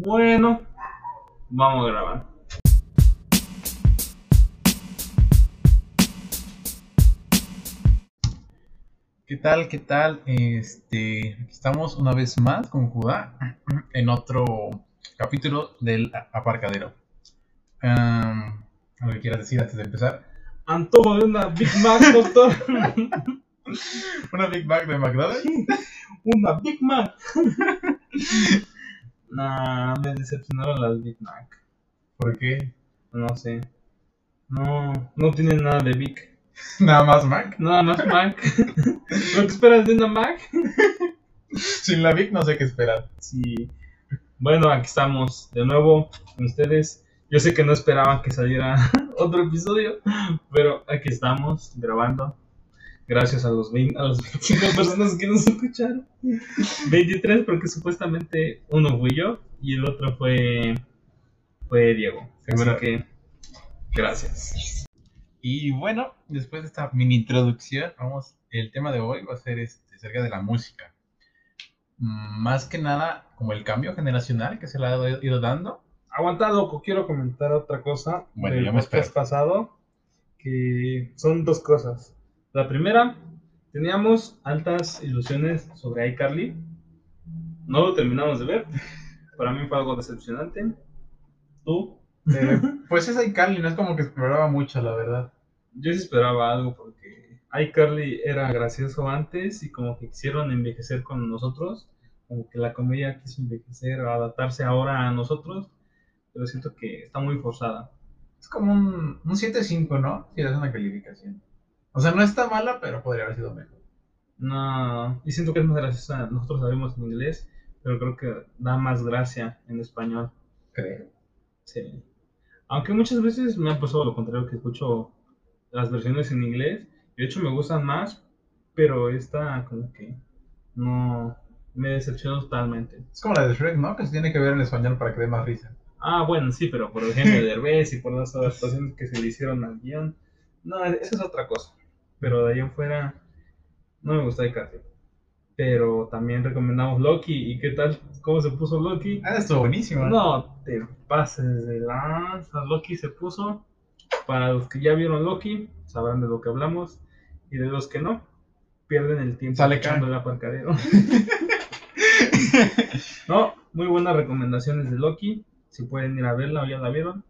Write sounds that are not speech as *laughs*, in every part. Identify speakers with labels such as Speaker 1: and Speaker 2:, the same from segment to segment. Speaker 1: Bueno, vamos a grabar. ¿Qué tal? ¿Qué tal? Este, aquí estamos una vez más con Judá en otro capítulo del aparcadero. Am, ¿Algo que quieras decir antes de empezar? *laughs*
Speaker 2: Antojo de una Big Mac, doctor.
Speaker 1: ¿Una Big Mac de McDonald's?
Speaker 2: *laughs* una Big Mac. *laughs* nah, me decepcionaron las Big Mac.
Speaker 1: ¿Por qué? *laughs*
Speaker 2: No sé. No, no tienen nada de Big.
Speaker 1: ¿Nada más Mac?
Speaker 2: Nada más Mac. *laughs* ¿Lo que esperas de una Mac?
Speaker 1: Sin la Big no sé qué esperar.
Speaker 2: Sí. Bueno, aquí estamos de nuevo con ustedes. Yo sé que no esperaban que saliera *laughs* otro episodio, pero aquí estamos grabando. Gracias a los, 20, a *laughs* los 25 personas que nos escucharon. 23 porque supuestamente uno fui yo y el otro fue fue Diego. Así
Speaker 1: Seguro.
Speaker 2: que gracias.
Speaker 1: Y bueno, después de esta mini introducción, vamos, el tema de hoy va a ser este, acerca de la música. Mm, Más que nada, como el cambio generacional que se le ha ido- ido dando.
Speaker 2: Aguanta, loco, quiero comentar otra cosa
Speaker 1: Bueno,
Speaker 2: del
Speaker 1: ya me
Speaker 2: podcast
Speaker 1: espero.
Speaker 2: pasado, que son dos cosas. La primera, teníamos altas ilusiones sobre iCarly. No lo terminamos de ver. *laughs* Para mí fue algo decepcionante. ¿Tú?
Speaker 1: Eh, pues es iCarly, no es como que exploraba mucho, la verdad.
Speaker 2: Yo sí esperaba algo porque iCarly era gracioso antes y como que quisieron envejecer con nosotros, como que la comedia quiso envejecer o adaptarse ahora a nosotros, pero siento que está muy forzada.
Speaker 1: Es como un, un 7.5, ¿no? Si le das una calificación. O sea, no está mala, pero podría haber sido mejor.
Speaker 2: No, y siento que es más graciosa, nosotros sabemos en inglés, pero creo que da más gracia en español.
Speaker 1: Creo.
Speaker 2: Sí. Aunque muchas veces me ha pasado lo contrario, que escucho las versiones en inglés. y De hecho, me gustan más, pero esta como que no me decepcionó totalmente.
Speaker 1: Es como la de Shrek, ¿no? Que se tiene que ver en español para que dé más risa.
Speaker 2: Ah, bueno, sí, pero por ejemplo, de Derbez y por las adaptaciones que se le hicieron al guión. No, e, esa es otra cosa. Pero de ahí en fuera, no me gusta Icardi. Pero también recomendamos Loki. ¿Y qué tal? ¿Cómo se puso Loki?
Speaker 1: Ah, estuvo buenísimo.
Speaker 2: No te pases de lanza. Loki se puso. Para los que ya vieron Loki, sabrán de lo que hablamos. Y de los que no, pierden el tiempo
Speaker 1: Sale
Speaker 2: echando el aparcadero. *laughs* no, muy buenas recomendaciones de Loki. Si pueden ir a verla o ya la vieron,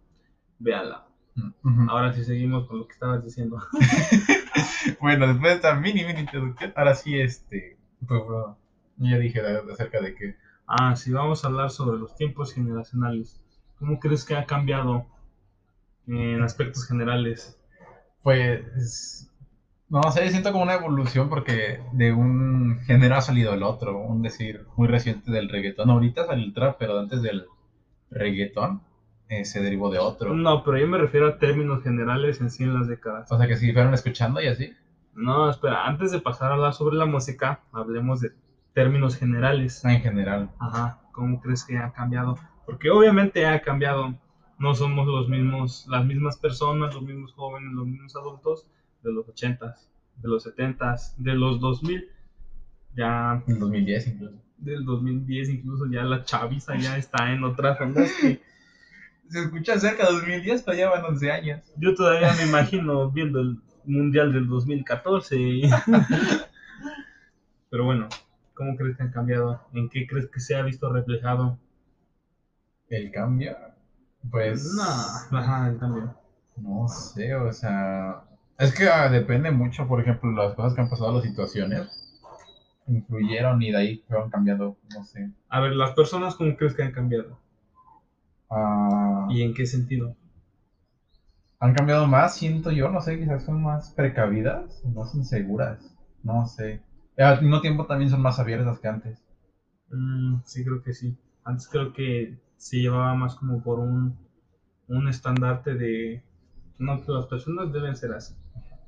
Speaker 2: véanla.
Speaker 1: Ujú.
Speaker 2: Ahora sí seguimos con lo que estabas diciendo. *laughs*
Speaker 1: Bueno, después de esta mini, mini introducción, ahora sí, este, pues, bueno, ya dije de- acerca de que
Speaker 2: Ah, sí, vamos a hablar sobre los tiempos generacionales. ¿Cómo crees que ha cambiado en aspectos generales?
Speaker 1: Pues, no sé, siento como una evolución porque de un género ha salido el otro, un decir muy reciente del reggaetón. Ahorita sale el trap, pero antes del reggaetón eh, se derivó de otro.
Speaker 2: No, pero yo me refiero a términos generales en sí en las décadas.
Speaker 1: O sea que si fueron escuchando y así.
Speaker 2: No, espera, antes de pasar a hablar sobre la música, hablemos de términos generales.
Speaker 1: En general,
Speaker 2: Ajá, ¿cómo crees que ha cambiado? Porque obviamente ha cambiado. No somos los mismos, las mismas personas, los mismos jóvenes, los mismos adultos de los 80s, de los 70s, de los 2000. Ya
Speaker 1: en el 2010 incluso.
Speaker 2: del 2010 incluso ya la chaviza ya está en otras ondas que
Speaker 1: Se escucha cerca de 2010, pero ya van 11 años.
Speaker 2: Yo todavía me imagino viendo el Mundial del 2014. y- *laughs* Pero bueno, ¿cómo crees que han cambiado? ¿En qué crees que se ha visto reflejado?
Speaker 1: El cambio, pues...
Speaker 2: no, ajá, el cambio.
Speaker 1: No sé, o sea, es que ah, depende mucho, por ejemplo, las cosas que han pasado, las situaciones, influyeron y de ahí fueron cambiando, no sé.
Speaker 2: A ver, las personas, ¿cómo crees que han cambiado?
Speaker 1: Ah,
Speaker 2: ¿Y en qué sentido?
Speaker 1: han cambiado más, siento yo, no sé, quizás son más precavidas, más inseguras, no sé. Y al mismo tiempo también son más abiertas que antes.
Speaker 2: Mm, sí, creo que sí. Antes creo que se llevaba más como por un, un estandarte de... No, que las personas deben ser así.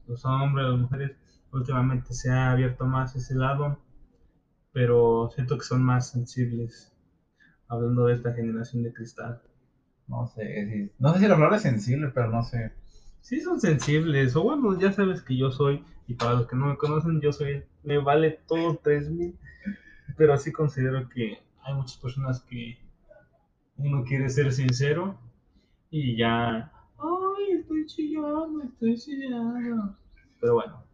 Speaker 2: Los hombres, las mujeres, últimamente se ha abierto más ese lado, pero siento que son más sensibles, hablando de esta generación de cristal.
Speaker 1: No sé, si- no sé si la palabra es sensible, pero no sé.
Speaker 2: Sí son sensibles, o bueno, ya sabes que yo soy, y para los que no me conocen, yo soy, me vale todo 3000, pero sí considero que hay muchas personas que uno quiere ser sincero y ya, ay, estoy chillando, estoy chillando. Pero bueno,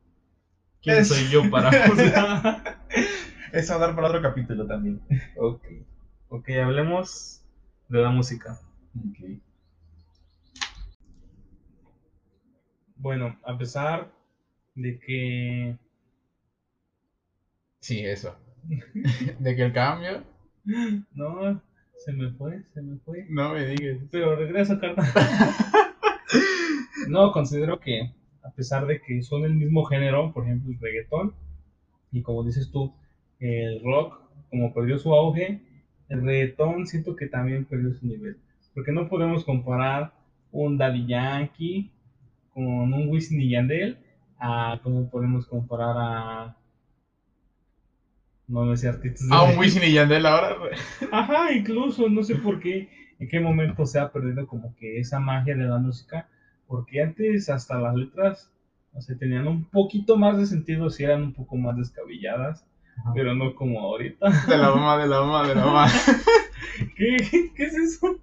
Speaker 2: ¿quién
Speaker 1: Es-
Speaker 2: soy yo para
Speaker 1: *laughs*
Speaker 2: juzgar?
Speaker 1: Eso va a dar para otro capítulo también.
Speaker 2: ok, ok, hablemos de la música.
Speaker 1: Ok.
Speaker 2: Bueno, a pesar de que
Speaker 1: Sí, eso. De que el cambio,
Speaker 2: no, se me fue, se me fue.
Speaker 1: no me digas.
Speaker 2: Pero regreso, carnal. no, considero que, a pesar de que son el mismo género, por ejemplo, el reggaetón, y como dices tú, el rock, como perdió su auge, el reggaetón siento que también perdió su nivel. Porque no podemos comparar un Daddy Yankee con un Wisin y Yandel a cómo podemos comparar a. No, no sé, artistas. de
Speaker 1: Ah, un Wisin y Yandel ahora.
Speaker 2: Ajá, incluso, no sé por qué, en qué momento se ha perdido como que esa magia de la música, porque antes hasta las letras, o sea, tenían un poquito más de sentido, si eran un poco más descabelladas,
Speaker 1: Ajá.
Speaker 2: pero no como ahorita. *laughs*
Speaker 1: De la mamá, de la mamá, de la mamá.
Speaker 2: ¿Qué, qué es eso?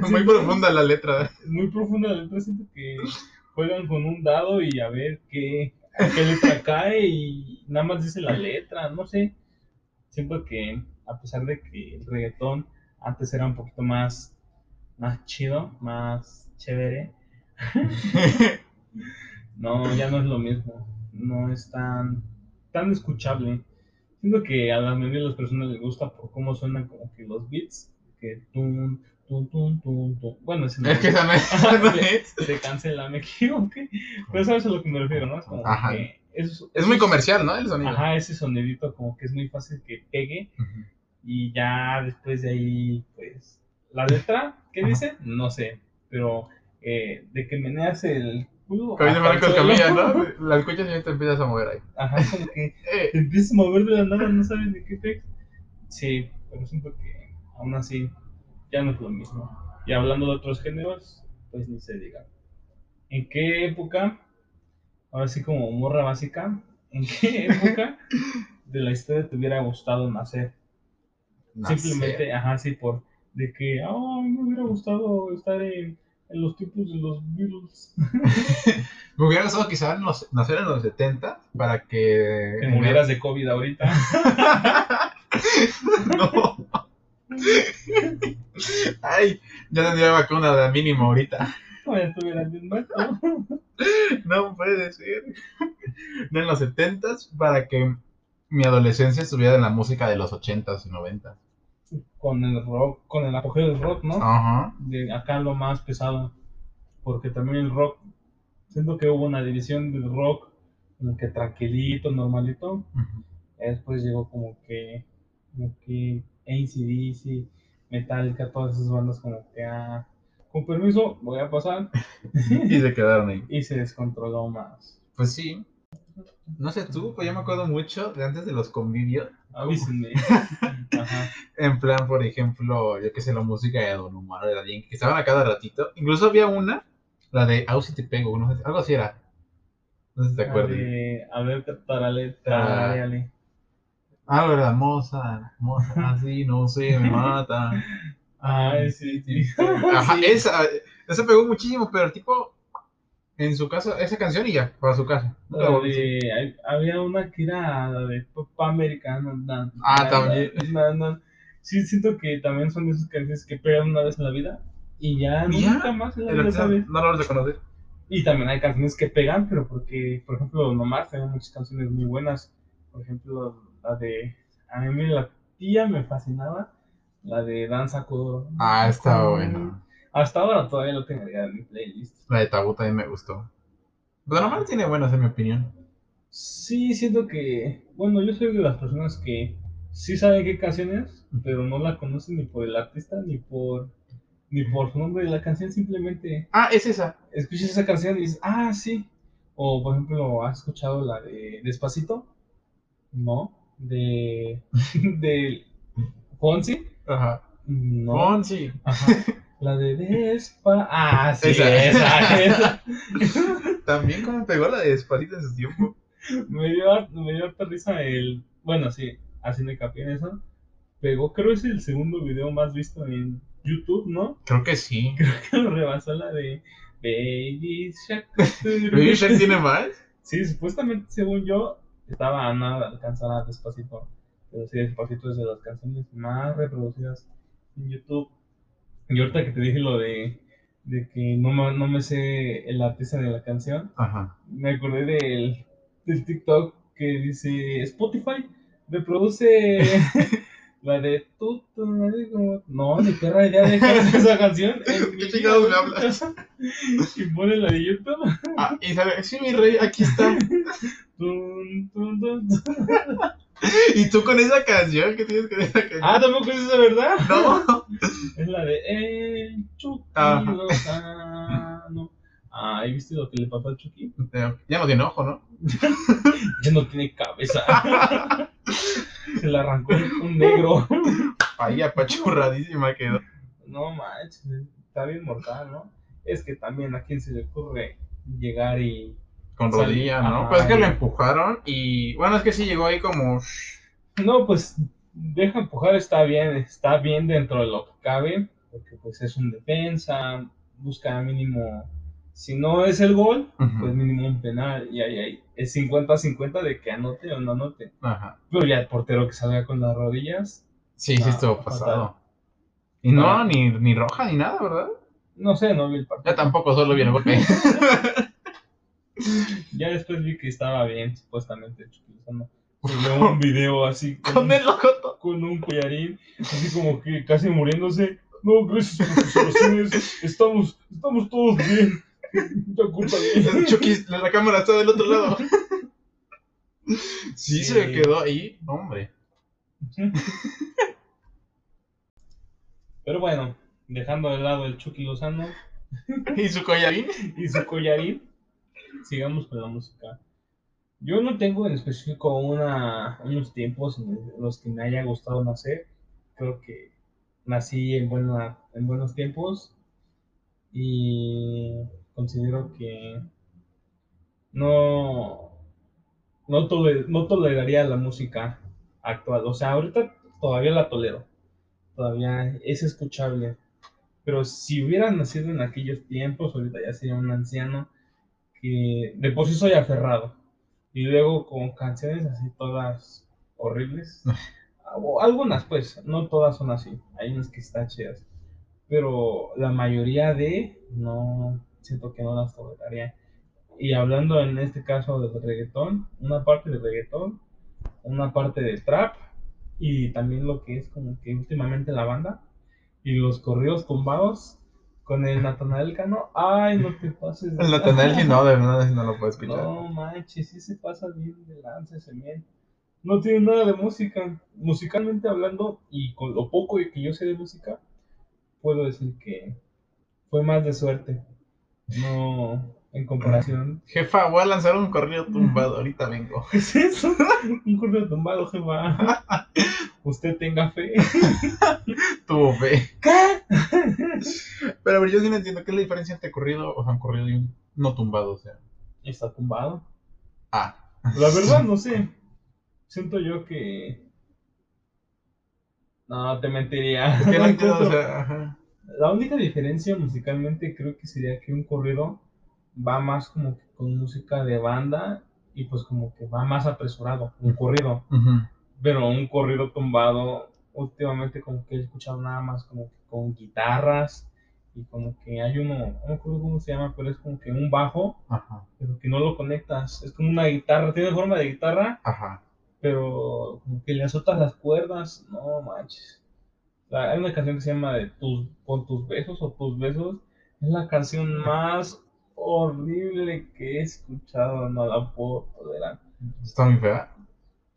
Speaker 1: No, muy profunda la letra.
Speaker 2: Muy profunda la letra, siento que juegan con un dado y a ver qué, qué letra cae y nada más dice la letra, no sé. Siento que a pesar de que el reggaetón antes era un poquito más, más chido, más chévere, no, ya no es lo mismo. No es tan, tan escuchable. Siento que a la mayoría de las personas les gusta por cómo suenan como que los beats, que tun, tun, tun, tun, tun. Bueno,
Speaker 1: *laughs*
Speaker 2: ese no
Speaker 1: Es que esa no es. esa no es.
Speaker 2: se cancela, me equivoqué. Pero sabes a lo que me refiero, ¿no? Es como
Speaker 1: Ajá.
Speaker 2: que es,
Speaker 1: Es muy comercial, ¿no? El sonido.
Speaker 2: Ajá, ese sonidito como que es muy fácil que pegue
Speaker 1: Ujú.
Speaker 2: y ya después de ahí, pues, la letra, ¿qué
Speaker 1: Ajá.
Speaker 2: dice? No sé, pero eh, de que meneas el culo.
Speaker 1: Cabina
Speaker 2: hasta el
Speaker 1: Franco
Speaker 2: suelo.
Speaker 1: Escamilla, *laughs* ¿no? La escuchas y ya te empiezas a mover ahí.
Speaker 2: Ajá, es como que
Speaker 1: Eh,
Speaker 2: te empiezas a mover de la nada, no sabes de qué te... Sí, pero siento que aún así ya no es lo mismo. Y hablando de otros géneros, pues ni se diga. ¿En qué época? Ahora sí como morra básica, ¿en qué época de la historia te hubiera gustado nacer?
Speaker 1: no
Speaker 2: Simplemente, ajá, sí, por de que, ah, me hubiera gustado estar en, en los tipos de los virus.
Speaker 1: sé. Me hubiera gustado quizás nacer en los 70 para que.
Speaker 2: Te murieras de COVID ahorita. *laughs*
Speaker 1: *laughs* No. Ay, ya tendría vacuna de mínimo ahorita.
Speaker 2: No, ya estuvieras bien muerto.
Speaker 1: No puede ser. No, en los 70s para que mi adolescencia estuviera en la música de los 80s y 90s.
Speaker 2: Con el rock, con el apogeo del rock, ¿no?
Speaker 1: Ajá.
Speaker 2: de acá lo más pesado, porque también el rock, siento que hubo una división del rock, como que tranquilito, normalito,
Speaker 1: Ujú.
Speaker 2: y después llegó como que, como que ACDC, Metallica, todas esas bandas como que, ah, con permiso, voy a pasar,
Speaker 1: Y se quedaron ahí.
Speaker 2: y se descontroló más.
Speaker 1: Pues sí. No sé tú, pues yo me acuerdo mucho de antes de los convivios.
Speaker 2: *laughs* Avísenme. Ajá.
Speaker 1: En plan, por ejemplo, yo qué sé, la música de Don Omar, de alguien que estaban a cada ratito. Incluso había una, la de Au si te pego, no sé, algo así era. No sé si te
Speaker 2: Ah,
Speaker 1: acuerdas.
Speaker 2: Ale, A ver, tarale, ale.
Speaker 1: Ah, verdad, moza, moza, así, no sé, *laughs* me mata.
Speaker 2: Ay, Ah, sí, sí.
Speaker 1: Ajá, esa, esa pegó muchísimo, pero el tipo, en su casa, esa canción y ya, para su casa. Nunca la
Speaker 2: La
Speaker 1: volví a
Speaker 2: de- hay- había una que era la de papá americano. na,
Speaker 1: Ah,
Speaker 2: na,
Speaker 1: también.
Speaker 2: na, na, na. Sí, siento que también son de esas canciones que pegan una vez en la vida y ya
Speaker 1: ¿Ya?
Speaker 2: nunca más en la
Speaker 1: escuchar. El
Speaker 2: vida,
Speaker 1: artista
Speaker 2: ¿sabes?
Speaker 1: no lo vas a conocer.
Speaker 2: Y también hay canciones que pegan, pero porque, por ejemplo, nomás tiene muchas canciones muy buenas. Por ejemplo, la de A mí la tía me fascinaba, la de Danza Kuduro.
Speaker 1: Ah, está bueno.
Speaker 2: Hasta ahora todavía lo tengo agregada en mi playlist.
Speaker 1: La de Tabú también me gustó. Don Omar tiene buenas, en mi opinión.
Speaker 2: Sí, siento que, bueno, yo soy de las personas que sí saben qué canción es, pero no la conocen ni por el artista, ni por, ni por su nombre de la canción, simplemente
Speaker 1: Ah, es esa.
Speaker 2: escuchas esa canción y dices, ah, sí. O, por ejemplo, ¿has escuchado la de Despacito? No. ¿De, *laughs* de Fonsi?
Speaker 1: Ajá.
Speaker 2: No.
Speaker 1: Monsi.
Speaker 2: Ajá. La de Despa... Ah, sí,
Speaker 1: Esa.
Speaker 2: esa, esa.
Speaker 1: También como pegó la de Despacito en su tiempo.
Speaker 2: Me dio, har- me dio harta risa el. Bueno, sí, haciendo hincapié en eso. Pegó, creo que es el segundo video más visto en YouTube, ¿no? *laughs*
Speaker 1: Creo que *laughs* sí.
Speaker 2: Lo rebasó la de Baby Shark.
Speaker 1: ¿Baby Shark tiene más?
Speaker 2: Sí, supuestamente, según yo, estaba a nada de alcanzar a Despacito. Pero sí, Despacito es de las canciones más reproducidas en YouTube. Y ahorita que te dije lo de, de que no me, no me sé el artista de la canción,
Speaker 1: Ajá.
Speaker 2: me acordé del, del TikTok que dice Spotify
Speaker 1: *laughs*
Speaker 2: reproduce la de tú, tú, no, digo, no, ni perra idea de cuál es esa
Speaker 1: *laughs*
Speaker 2: canción. en mi
Speaker 1: ¿Qué chingados
Speaker 2: vida".
Speaker 1: me hablas?
Speaker 2: *laughs* Y pone la de YouTube.
Speaker 1: Ah, y sale, sí, mi rey, aquí *laughs* está.
Speaker 2: Tun, tun,
Speaker 1: *laughs*
Speaker 2: tun, tun.
Speaker 1: ¿Y tú con esa canción? ¿Qué tienes con esa canción?
Speaker 2: Ah, tampoco es esa, ¿verdad?
Speaker 1: no.
Speaker 2: Es la de El Chucky
Speaker 1: Ajá.
Speaker 2: Lozano. Ay, ¿viste lo que le pasó al Chucky?
Speaker 1: Ya no tiene ojo, ¿no?
Speaker 2: Ya no tiene
Speaker 1: *laughs*
Speaker 2: cabeza. *laughs* Se le arrancó un negro.
Speaker 1: Ahí apachurradísima quedó.
Speaker 2: No manches, está bien mortal, ¿no? Es que también a quién se le ocurre llegar y.
Speaker 1: Con
Speaker 2: Sal-
Speaker 1: rodilla, ¿no?
Speaker 2: Ajá,
Speaker 1: Pues es que
Speaker 2: y-
Speaker 1: lo empujaron y... Bueno, es que sí llegó ahí como...
Speaker 2: No, pues deja empujar, está bien, está bien dentro de lo que cabe, porque pues es un defensa, busca mínimo. Si no es el gol, pues
Speaker 1: Ujú.
Speaker 2: mínimo un penal, y ahí, ahí es 50-50 de que anote o no anote.
Speaker 1: Ajá.
Speaker 2: Pero ya el portero que salga con las rodillas,
Speaker 1: Sí, sí
Speaker 2: Ah,
Speaker 1: estuvo
Speaker 2: fatal.
Speaker 1: pasado. Y no,
Speaker 2: Bueno.
Speaker 1: ni, ni roja ni nada, ¿verdad?
Speaker 2: no sé, no vi el
Speaker 1: Ya
Speaker 2: partido.
Speaker 1: tampoco, solo viene *laughs* porque...
Speaker 2: Ya después vi que estaba bien, supuestamente, Chucky
Speaker 1: *laughs*
Speaker 2: Lozano. Subió un video así
Speaker 1: con el ojo
Speaker 2: con un collarín, así como que casi muriéndose. No, gracias por tus oraciones, estamos, estamos todos bien. *laughs* Mucha culpa de
Speaker 1: El Chucky, la cámara está del otro *laughs* lado. Sí,
Speaker 2: Sí.
Speaker 1: se quedó ahí. Hombre.
Speaker 2: Pero bueno, dejando de lado el Chucky Lozano
Speaker 1: *laughs* ¿Y su collarín?
Speaker 2: *laughs* y su collarín, sigamos con la música. Yo no tengo en específico una, unos tiempos en los que me haya gustado nacer. Creo que nací en, buena, en buenos tiempos y considero que no, no, tole- no toleraría la música actual. O sea, ahorita todavía la tolero. Todavía es escuchable. Pero si hubiera nacido en aquellos tiempos, ahorita ya sería un anciano que de por sí soy aferrado. Y luego con canciones así todas horribles. O Algunas pues, no todas son así. Hay unas que están chidas. Pero la mayoría de no siento que no las toleraría. Y hablando en este caso del reggaetón, una parte del reggaetón, una parte del trap y también lo que es como que últimamente la banda y los corridos tumbados con el Natanael Cano. Ay, no te pases. de-
Speaker 1: *laughs* El Nathaniel sí, no, de verdad no lo puedo escuchar.
Speaker 2: no manches, sí se pasa bien de lanza ese men. No tiene nada de música. Musicalmente hablando, y con lo poco que yo sé de música, puedo decir que fue más de suerte. No, en
Speaker 1: *laughs*
Speaker 2: comparación.
Speaker 1: Jefa, voy a lanzar un corrido tumbado, ahorita vengo.
Speaker 2: ¿Qué es eso? Un correo tumbado, jefa. *laughs* Usted tenga fe.
Speaker 1: Tuvo fe. Pero a ver, yo sí no entiendo qué es la diferencia entre corrido, o sea, un corrido y un no tumbado, o sea.
Speaker 2: Está tumbado.
Speaker 1: Ah.
Speaker 2: La
Speaker 1: *laughs*
Speaker 2: verdad, no sé. Siento yo que. No, te mentiría.
Speaker 1: Es
Speaker 2: *laughs*
Speaker 1: que no entiendo, o
Speaker 2: encuentro-
Speaker 1: sea, ajá.
Speaker 2: La única diferencia musicalmente creo que sería que un corrido va más como que con música de banda y pues como que va más apresurado, un corrido.
Speaker 1: Ujú.
Speaker 2: Pero un corrido tumbado, últimamente como que he escuchado nada más como que con guitarras y como que hay uno, no me acuerdo cómo se llama, pero es como que un bajo,
Speaker 1: Ajá,
Speaker 2: pero que no lo conectas. Es como una guitarra, tiene forma de guitarra,
Speaker 1: ajá.
Speaker 2: pero como que le azotas las cuerdas, no manches. O sea, hay una canción que se llama de tus, Con tus besos o tus besos. Es la canción más horrible que he escuchado, no la puedo tolerar.
Speaker 1: Está muy fea.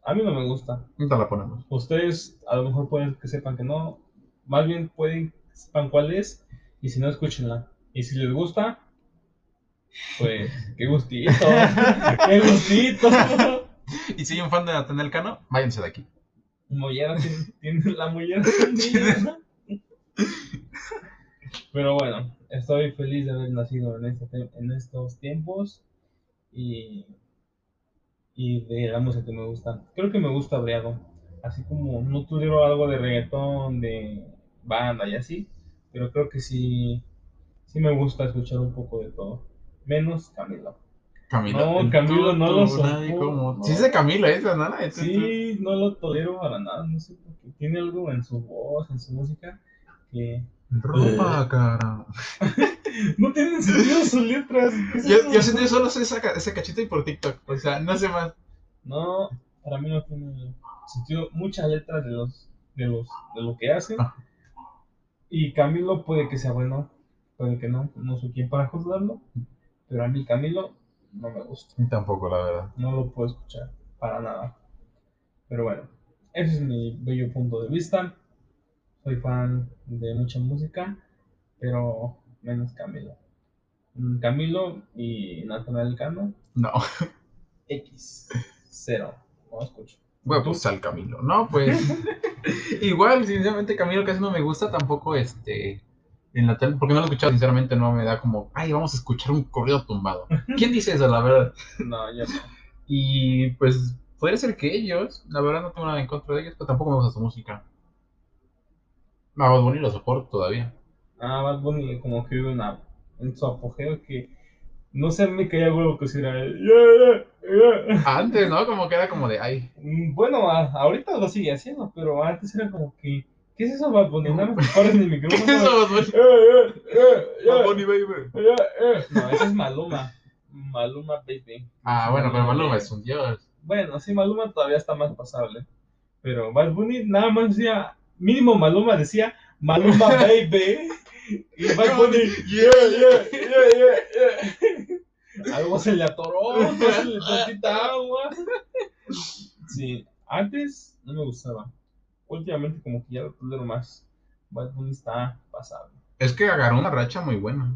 Speaker 2: A mí no me gusta.
Speaker 1: Ahorita la ponemos.
Speaker 2: Ustedes a lo mejor pueden que sepan que no, más bien pueden que sepan cuál es y si no, escúchenla. Y si les gusta, pues qué gustito, qué gustito.
Speaker 1: Y si hay un fan de Nathaniel Cano, váyanse de aquí.
Speaker 2: Mollera tiene, tiene la mollera. tendida. Pero bueno, estoy feliz de haber nacido en, este tem- en estos tiempos y, y de la música que me gusta. Creo que me gusta variado. Así como no tolero algo de reggaetón, de banda y así, Pero creo que sí, sí me gusta escuchar un poco de todo. Menos Camilo.
Speaker 1: Camilo.
Speaker 2: No, Camilo no lo
Speaker 1: soporto.
Speaker 2: soporto, no.
Speaker 1: Sí es de Camilo, ¿eh? ¿no? no, este-
Speaker 2: Sí, no lo tolero para nada, no sé por qué. Tiene algo en su voz, en su música, que
Speaker 1: Ropa, cara.
Speaker 2: no tienen sentido sus letras. ¿qué es
Speaker 1: Yo,
Speaker 2: eso?
Speaker 1: yo, sentí- yo solo sé esa ca- ese cachito y por TikTok. O sea, no sé más.
Speaker 2: No, para mí no tiene sentido muchas letras de los, de los, de lo que hacen.
Speaker 1: Ajá.
Speaker 2: Y Camilo puede que sea bueno, puede que no, no soy quien para juzgarlo, pero a mí Camilo no me gusta,
Speaker 1: Tampoco, la verdad.
Speaker 2: no lo puedo escuchar para nada. Pero bueno, ese es mi bello punto de vista. Soy fan de mucha música, pero menos Camilo. Mm, Camilo y Natanael Cano,
Speaker 1: No.
Speaker 2: X, cero, no escucho.
Speaker 1: Voy a apostar pues, al Camilo. No, pues. Igual, sinceramente, Camilo casi no me gusta tampoco este. En la tele, porque no lo he escuchado, sinceramente, no me da como, ay, vamos a escuchar un corrido tumbado. ¿Quién dice eso, la verdad?
Speaker 2: No, yo no.
Speaker 1: Y pues, podría ser que ellos, la verdad, no tengo nada en contra de ellos, pero tampoco me gusta su música. A Bad Bunny lo soporto todavía.
Speaker 2: Ah, Bad Bunny como que vive una, en su apogeo que no sé me caía huevo que "Eh, si era el, "Yeah, yeah, yeah".
Speaker 1: Antes, ¿no? Como que era como de, ay,
Speaker 2: eh, Mm, Bueno, a- ahorita lo sigue haciendo, pero antes era como que ¿qué es eso Bad Bunny? No me pares ni
Speaker 1: *laughs* ¿qué
Speaker 2: micrófono. Eh,
Speaker 1: es eso, Bad Bunny?
Speaker 2: "Yeah, yeah, yeah, *laughs* yeah,
Speaker 1: Bad Bunny, baby.
Speaker 2: yeah, yeah". eh, No, esa es Maluma. Maluma baby.
Speaker 1: Ah, bueno, pero Maluma es un dios.
Speaker 2: Bueno, sí, Maluma todavía está más pasable. Pero Bad Bunny nada más decía, mínimo Maluma decía, *laughs* Maluma baby. Y Bad Bunny, yeah, yeah, yeah, yeah, yeah. Algo se le atoró, no se le tantita agua. Sí, antes no me gustaba. Últimamente como que ya lo tolero más. Bad Bunny está pasable.
Speaker 1: Es que agarró una racha muy buena.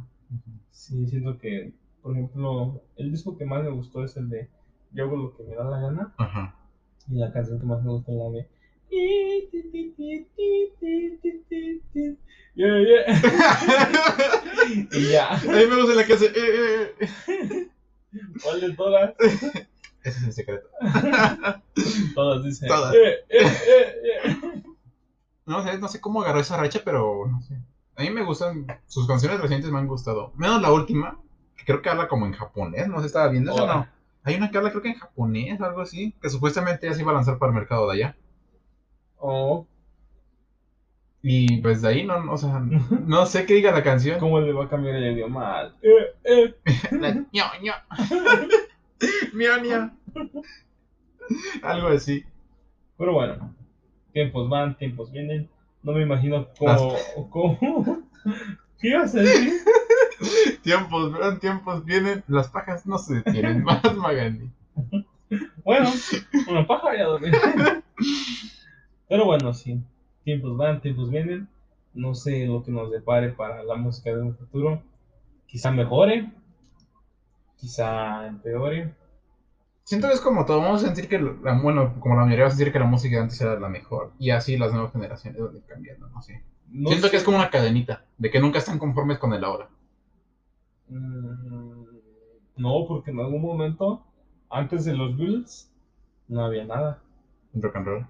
Speaker 2: Sí, siento que, por ejemplo, el disco que más me gustó es el de Yo hago lo que me da la gana.
Speaker 1: Ajá. *laughs*
Speaker 2: Y la canción que más me gusta es la de. Yeah, yeah. *laughs* Y ya,
Speaker 1: *laughs* A mí me gusta la que hace. eh, eh, eh.
Speaker 2: ¿cuál de todas?
Speaker 1: Ese es el secreto.
Speaker 2: Todas "Eh, dicen.
Speaker 1: Todas.
Speaker 2: "Yeah, yeah, yeah, yeah".
Speaker 1: No sé, no sé cómo agarró esa racha, pero no sé. A mí me gustan. Sus canciones recientes me han gustado. Menos la última, que creo que habla como en japonés. No sé, estaba viendo eso,
Speaker 2: Ahora,
Speaker 1: no. Hay una que habla, creo que en japonés, algo así. Que supuestamente ya se iba a lanzar para el mercado de allá.
Speaker 2: Oh,
Speaker 1: Y pues de ahí no, no, o *laughs* sea, no sé qué diga la canción.
Speaker 2: ¿cómo le va a cambiar el idioma? Eh, eh.
Speaker 1: *laughs* La- ño, ño. *laughs* Ño, ño. Algo así.
Speaker 2: Pero bueno, tiempos van, tiempos vienen. No me imagino cómo. cómo... *laughs* ¿Qué ibas a decir?
Speaker 1: Tiempos, van, tiempos vienen. Las pajas no se *laughs* detienen más, Magandi.
Speaker 2: Bueno, una paja ya dormí. Pero bueno, sí. Tiempos van, tiempos vienen. No sé lo que nos depare para la música de un futuro. Quizá mejore, quizá empeore.
Speaker 1: Siento que es como todo, vamos a sentir que, la, bueno, como la mayoría va a sentir que la música de antes era la mejor. Y así las nuevas generaciones van a ir cambiando, no sé.
Speaker 2: No
Speaker 1: Siento
Speaker 2: sé-
Speaker 1: que es como una cadenita, de que nunca están conformes con el ahora.
Speaker 2: Mm, No, porque en algún momento, antes de los Beatles, no había nada.
Speaker 1: El rock and roll.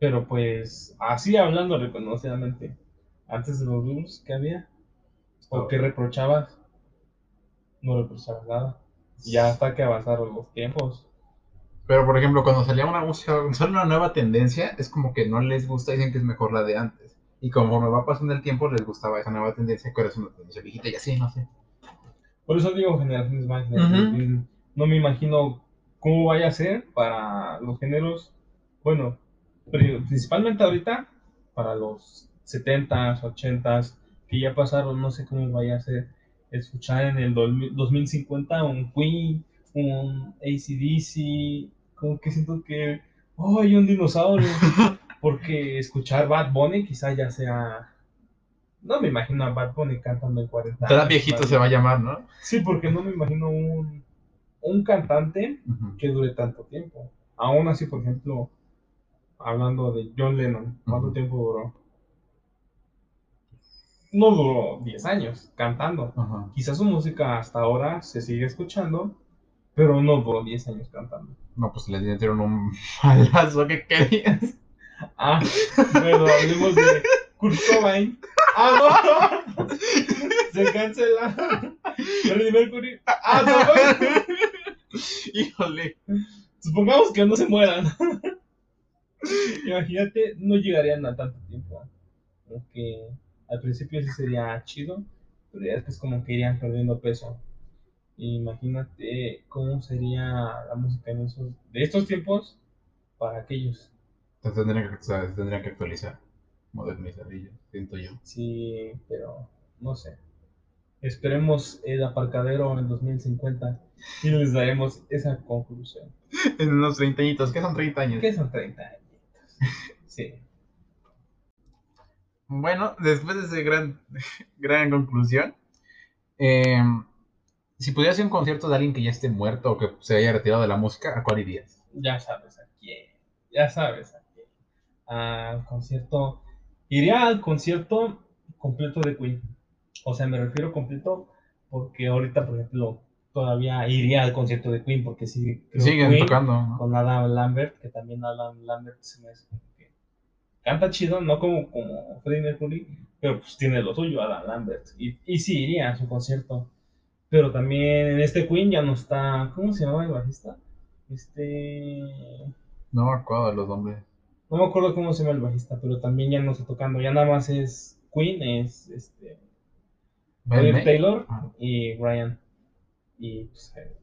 Speaker 2: Pero pues, así hablando reconocidamente, antes de los Beatles, ¿qué había? ¿O qué reprochabas? No reprochabas nada. Ya hasta que avanzaron los tiempos.
Speaker 1: Pero, por ejemplo, cuando salía una música, cuando sale una nueva tendencia, es como que no les gusta, dicen que es mejor la de antes. Y conforme va pasando el tiempo, les gustaba esa nueva tendencia, que ahora es una tendencia viejita y así, no sé.
Speaker 2: Por eso digo generaciones más, generaciones
Speaker 1: Ujú.
Speaker 2: bien. No me imagino cómo vaya a ser para los géneros, bueno, pri- principalmente ahorita, para los 70s, 80s, que ya pasaron, no sé cómo vaya a ser escuchar en el 2000 2050 un Queen, un ACDC, como que siento que, oh, hay un dinosaurio, porque escuchar Bad Bunny quizá ya sea... No me imagino a Bad Bunny cantando en 40
Speaker 1: Cada
Speaker 2: años,
Speaker 1: viejito
Speaker 2: Ah, ¿vale?
Speaker 1: se va a llamar, ¿no?
Speaker 2: Sí, porque no me imagino un, un cantante
Speaker 1: Ujú.
Speaker 2: que dure tanto tiempo. Aún así, por ejemplo, hablando de John Lennon, ¿cuánto
Speaker 1: Ujú.
Speaker 2: tiempo duró? No duró 10 años cantando.
Speaker 1: Ajá.
Speaker 2: Quizás su música hasta ahora se sigue escuchando, pero no duró 10 años cantando.
Speaker 1: No, pues les dieron un *laughs* malazo que querían. *laughs*
Speaker 2: Ah, bueno, hablemos de Kurt Cobain. ¡Ah, no! Se cancela. Freddie Mercury. ¡Ah, no!
Speaker 1: Híjole.
Speaker 2: Supongamos que no se mueran. *laughs* Imagínate, no llegarían a tanto tiempo. Porque al principio sí sería chido, pero ya después como que irían perdiendo peso. Imagínate cómo sería la música en esos, de estos tiempos para aquellos.
Speaker 1: Se tendrían que, actualizar- se tendrían que actualizar. Modernizar, y ya, siento yo.
Speaker 2: Sí, pero no sé. Esperemos el aparcadero en 2050 y les daremos esa conclusión.
Speaker 1: *laughs* En unos 30 añitos. ¿Qué son 30 años?
Speaker 2: ¿Qué son 30 años? *laughs* Sí.
Speaker 1: Bueno, después de esa gran, *laughs* gran conclusión, eh, si pudieras ir a un concierto de alguien que ya esté muerto o que se haya retirado de la música, ¿a cuál irías?
Speaker 2: Ya sabes a quién. Ya sabes a quién. Al concierto. Iría al concierto completo de Queen. O sea, me refiero completo porque ahorita, por ejemplo, todavía iría al concierto de Queen porque sí creo
Speaker 1: Siguen
Speaker 2: Queen
Speaker 1: tocando, ¿no?
Speaker 2: con Adam Lambert, que también Adam Lambert se me hace como que canta chido, no como, como Freddie Mercury, pero pues tiene lo suyo Adam Lambert. Y, y sí iría a su concierto. Pero también en este Queen ya no está, ¿cómo se llamaba el bajista? Este...
Speaker 1: No me acuerdo de los nombres.
Speaker 2: No me acuerdo cómo se llama el bajista, pero también ya no está tocando, ya nada más es Queen, es este...
Speaker 1: Ben
Speaker 2: Roger
Speaker 1: May.
Speaker 2: Taylor
Speaker 1: Ah.
Speaker 2: y Brian. Y pues, eh,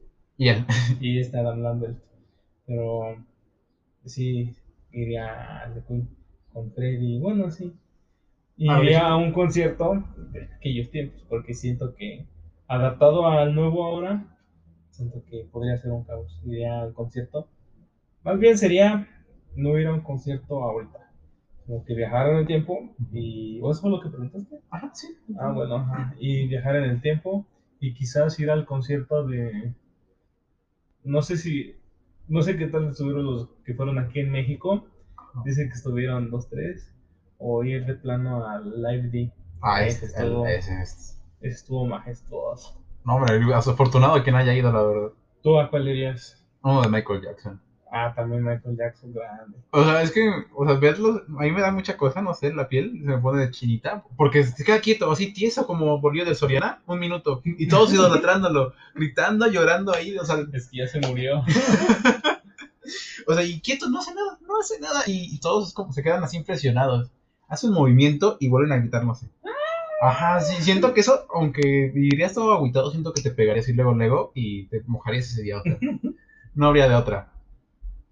Speaker 2: *laughs*
Speaker 1: Y él.
Speaker 2: y este Adam Lambert. Pero sí, iría al de Queen con Freddy, bueno, sí.
Speaker 1: A ver, sí.
Speaker 2: Iría a un concierto de aquellos tiempos, porque siento que adaptado al nuevo ahora, siento que podría ser un caos. Iría al concierto. Más bien sería no ir a un concierto ahorita, como que viajar en el tiempo y... ¿o ¿Eso fue lo que preguntaste?
Speaker 1: Ajá, sí.
Speaker 2: Ah, bueno, ajá. Y viajar en el tiempo y quizás ir al concierto de... No sé si... No sé qué tal estuvieron los que fueron aquí en México. Dicen que estuvieron dos, tres. O ir de plano al Live D.
Speaker 1: Ah,
Speaker 2: Ese
Speaker 1: ese,
Speaker 2: es
Speaker 1: es
Speaker 2: todo.
Speaker 1: ese, es.
Speaker 2: Estuvo majestuoso.
Speaker 1: No, hombre, desafortunado quien haya ido, la verdad.
Speaker 2: ¿Tú a cuál irías?
Speaker 1: Uno de Michael Jackson.
Speaker 2: Ah, también Michael Jackson, grande.
Speaker 1: O sea, es que, o sea, verlos, a mí me da mucha cosa, no sé, la piel se me pone chinita, porque se queda quieto, así tieso como volvió del Soriana, un minuto, y todos idolatrándolo, gritando, llorando ahí, o sea,
Speaker 2: Es que ya se murió.
Speaker 1: o sea, y quieto, no hace nada, no hace nada, y, y todos es como se quedan así impresionados, hace un movimiento y vuelven a gritar, no sé. Ajá, sí, siento que eso, aunque irías todo agüitado, siento que te pegarías y luego, luego, y te mojarías ese día otra. No habría de otra.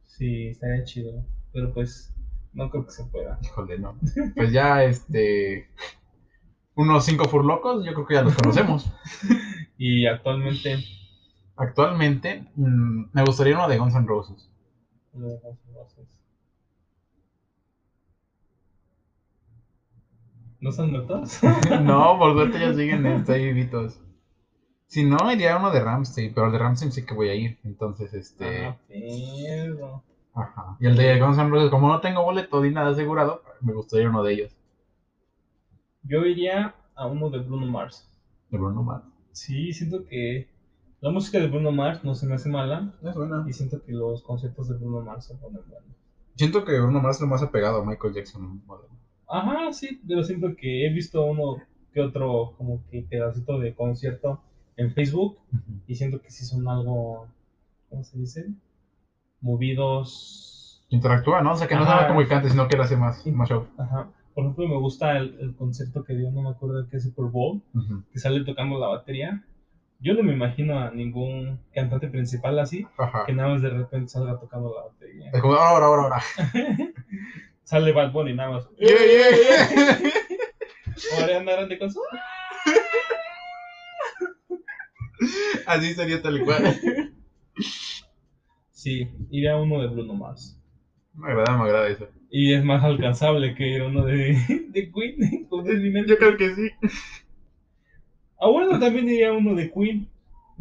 Speaker 2: Sí, estaría chido. Pero pues, no creo que se pueda.
Speaker 1: Híjole, no. Pues ya, este. Unos cinco furlocos, yo creo que ya los conocemos.
Speaker 2: Y actualmente...
Speaker 1: Actualmente, mm, me gustaría uno de Guns N' Roses. *laughs*
Speaker 2: no dejamos rosas. ¿No son notas?
Speaker 1: No, por suerte ya siguen este, ahí vivitos. Si no, iría uno de Ramsey, pero el de Ramsey sí que voy a ir. Entonces,
Speaker 2: *laughs*
Speaker 1: este.
Speaker 2: Ah, perro.
Speaker 1: Ajá. Y el de Guns N' Roses, como no tengo boleto ni nada asegurado, me gustaría uno de ellos.
Speaker 2: Yo iría a uno de Bruno Mars.
Speaker 1: De Bruno Mars.
Speaker 2: Sí, siento que la música de Bruno Mars no se me hace mala
Speaker 1: Es buena.
Speaker 2: y siento que los conceptos de Bruno Mars se ponen buenos.
Speaker 1: Siento que Bruno Mars es lo más apegado a Michael Jackson. moderno.
Speaker 2: Ajá, sí, pero siento que he visto uno que otro como que pedacito de concierto en Facebook
Speaker 1: Ujú.
Speaker 2: y siento que sí son algo, ¿cómo se dice? Movidos,
Speaker 1: Interactúa, ¿no? O sea, que no es
Speaker 2: Ajá.
Speaker 1: nada más como que cante, sino que él hace más, más show.
Speaker 2: Ajá. Por ejemplo, me gusta el, el concierto que dio, no me acuerdo qué Super Bowl,
Speaker 1: Ujú.
Speaker 2: que sale tocando la batería. Yo no me imagino a ningún cantante principal así,
Speaker 1: Ajá.
Speaker 2: que nada más de repente salga tocando la batería.
Speaker 1: Es como, ahora, ahora, ahora.
Speaker 2: Sale Bad Bunny nada más.
Speaker 1: Yeah, yeah, yeah.
Speaker 2: O Ariana Grande con su-
Speaker 1: *laughs*
Speaker 2: "Ah".
Speaker 1: Así sería tal cual.
Speaker 2: Sí, iría a uno de Bruno Mars.
Speaker 1: Me agrada, me agrada eso.
Speaker 2: Y es más alcanzable que ir a uno de, *laughs* de Queen. *laughs* con Freddie Mercury.
Speaker 1: Yo creo que sí.
Speaker 2: Ah, bueno, también iría a uno de Queen.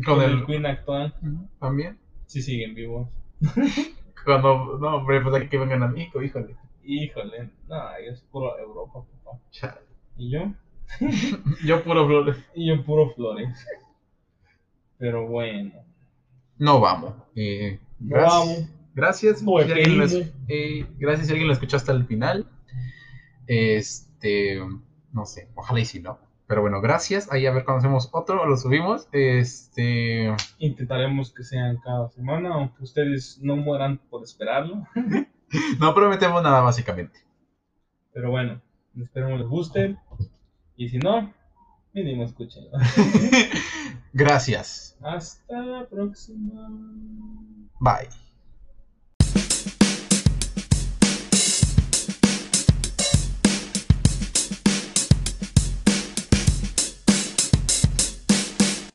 Speaker 1: Con el...
Speaker 2: Queen actual.
Speaker 1: Ujú, También.
Speaker 2: Sí, siguen vivos.
Speaker 1: Cuando... No, hombre, pues aquí que vengan a México, híjole.
Speaker 2: Híjole, no, es puro Europa, papá.
Speaker 1: Chale.
Speaker 2: ¿Y yo?
Speaker 1: Yo puro flores.
Speaker 2: Y yo puro flores. *laughs* Pero bueno.
Speaker 1: No vamos. Eh, gracias.
Speaker 2: Vamos.
Speaker 1: Gracias.
Speaker 2: No,
Speaker 1: si alguien lo
Speaker 2: pedimos.
Speaker 1: es- eh, gracias si alguien lo escuchó hasta el final. Este... No sé, ojalá y si no. Pero bueno, gracias. Ahí a ver cuando hacemos otro, lo subimos. Este.
Speaker 2: Intentaremos que sean cada semana, aunque ustedes no mueran por esperarlo.
Speaker 1: No prometemos nada, básicamente. *laughs*
Speaker 2: Pero bueno, esperemos les guste. Y si no, mínimo escúchenlo. *laughs*
Speaker 1: Gracias.
Speaker 2: Hasta la próxima.
Speaker 1: Bye.